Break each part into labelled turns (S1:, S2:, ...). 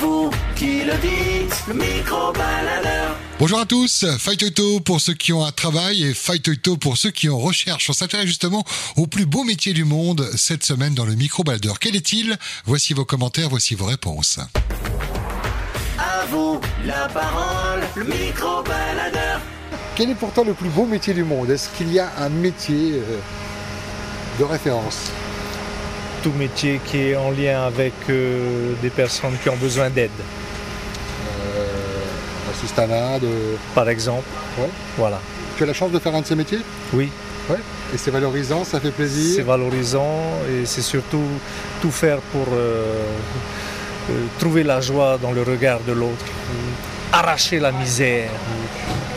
S1: vous qui le dites, le micro-baladeur.
S2: Bonjour à tous, Fightoto pour ceux qui ont un travail et Fightoto pour ceux qui en recherchent. On s'intéresse justement au plus beau métier du monde cette semaine dans le micro-baladeur. Quel est-il Voici vos commentaires, voici vos réponses.
S1: À vous la parole, le micro-baladeur.
S3: Quel est pourtant le plus beau métier du monde Est-ce qu'il y a un métier euh, de référence
S4: tout métier qui est en lien avec euh, des personnes qui ont besoin d'aide,
S3: euh, Assistana, de...
S4: par exemple.
S3: Ouais.
S4: Voilà.
S3: Tu as la chance de faire un de ces métiers
S4: Oui,
S3: Et c'est valorisant, ça fait
S4: c'est
S3: plaisir.
S4: valorisant et c'est surtout tout faire pour euh, euh, trouver la joie dans le regard de l'autre,
S3: Mm.
S4: arracher la misère.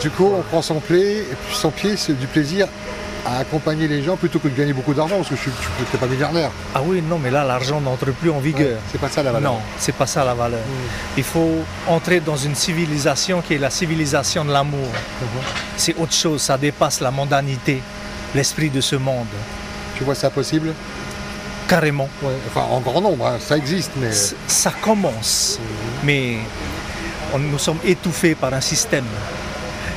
S3: Du coup, on prend son, play, son pied, c'est du plaisir à accompagner les gens plutôt que de gagner beaucoup d'argent parce que je suis- tu n'es pas milliardaire.
S4: Ah oui, non, mais là, l'argent n'entre plus en vigueur.
S3: Ouais, c'est pas ça la valeur. Mm.
S4: Non, c'est pas ça la valeur. Il faut entrer dans une civilisation qui est la civilisation de l'amour.
S3: Mm-hmm.
S4: C'est autre chose, ça dépasse la mondanité, l'esprit de ce monde,
S3: Tu vois ça possible
S4: carrément.
S3: Enfin, en grand nombre, hein, ça existe, mais
S4: C- Ça commence, mais on- nous sommes étouffés par un système.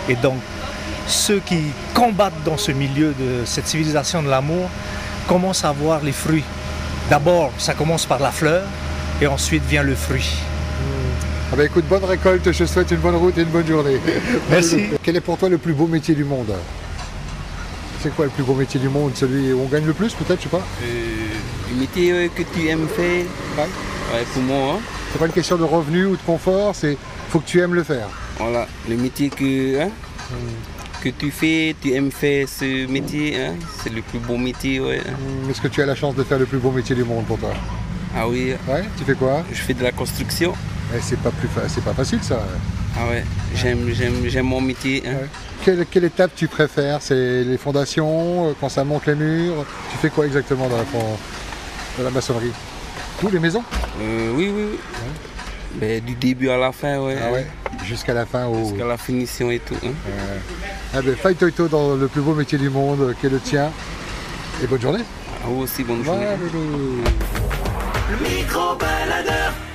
S4: Et donc, ceux qui combattent dans ce milieu de cette civilisation de l'amour commencent à voir les fruits. D'abord, ça commence par la fleur, et ensuite vient le fruit.
S3: Ah bah écoute, bonne récolte, je te souhaite une bonne route et une bonne journée.
S4: Merci.
S3: Quel est pour toi le plus beau métier du monde C'est quoi le plus beau métier du monde Celui où on gagne le plus peut-être, je sais pas
S5: Le métier euh, que tu aimes faire,
S3: Ouais.
S5: ouais, pour moi, hein,
S3: C'est pas une question de revenu ou de confort, c'est faut que tu aimes le faire.
S5: voilà, le métier que, hein, que tu fais, tu aimes faire ce métier, hein, c'est le plus beau métier. ouais. hein.
S3: Hum, Est-ce que tu as la chance de faire le plus beau métier du monde pour toi
S5: Ah oui,
S3: Ouais Tu fais quoi
S5: je fais de la construction.
S3: Eh, C'est pas, plus fa- c'est pas facile ça.
S5: Ah ouais, j'aime, j'aime, j'aime mon métier. hein.
S3: Ouais. Quelle, quelle étape tu préfères C'est les fondations, euh, quand ça monte les murs Tu fais quoi exactement dans la, fon- dans la maçonnerie Tous les maisons
S5: Euh, oui, oui, oui. Ben, du début à la fin, ouais.
S3: Ah ouais Jusqu'à la fin au...
S5: Jusqu'à la finition et tout. hein.
S3: Ah ben, Fight Toito dans le plus beau métier du monde, euh, qui est le tien. Et bonne journée.
S5: À vous aussi, bonne journée.
S3: Bye, loulou.
S1: Le micro-baladeur.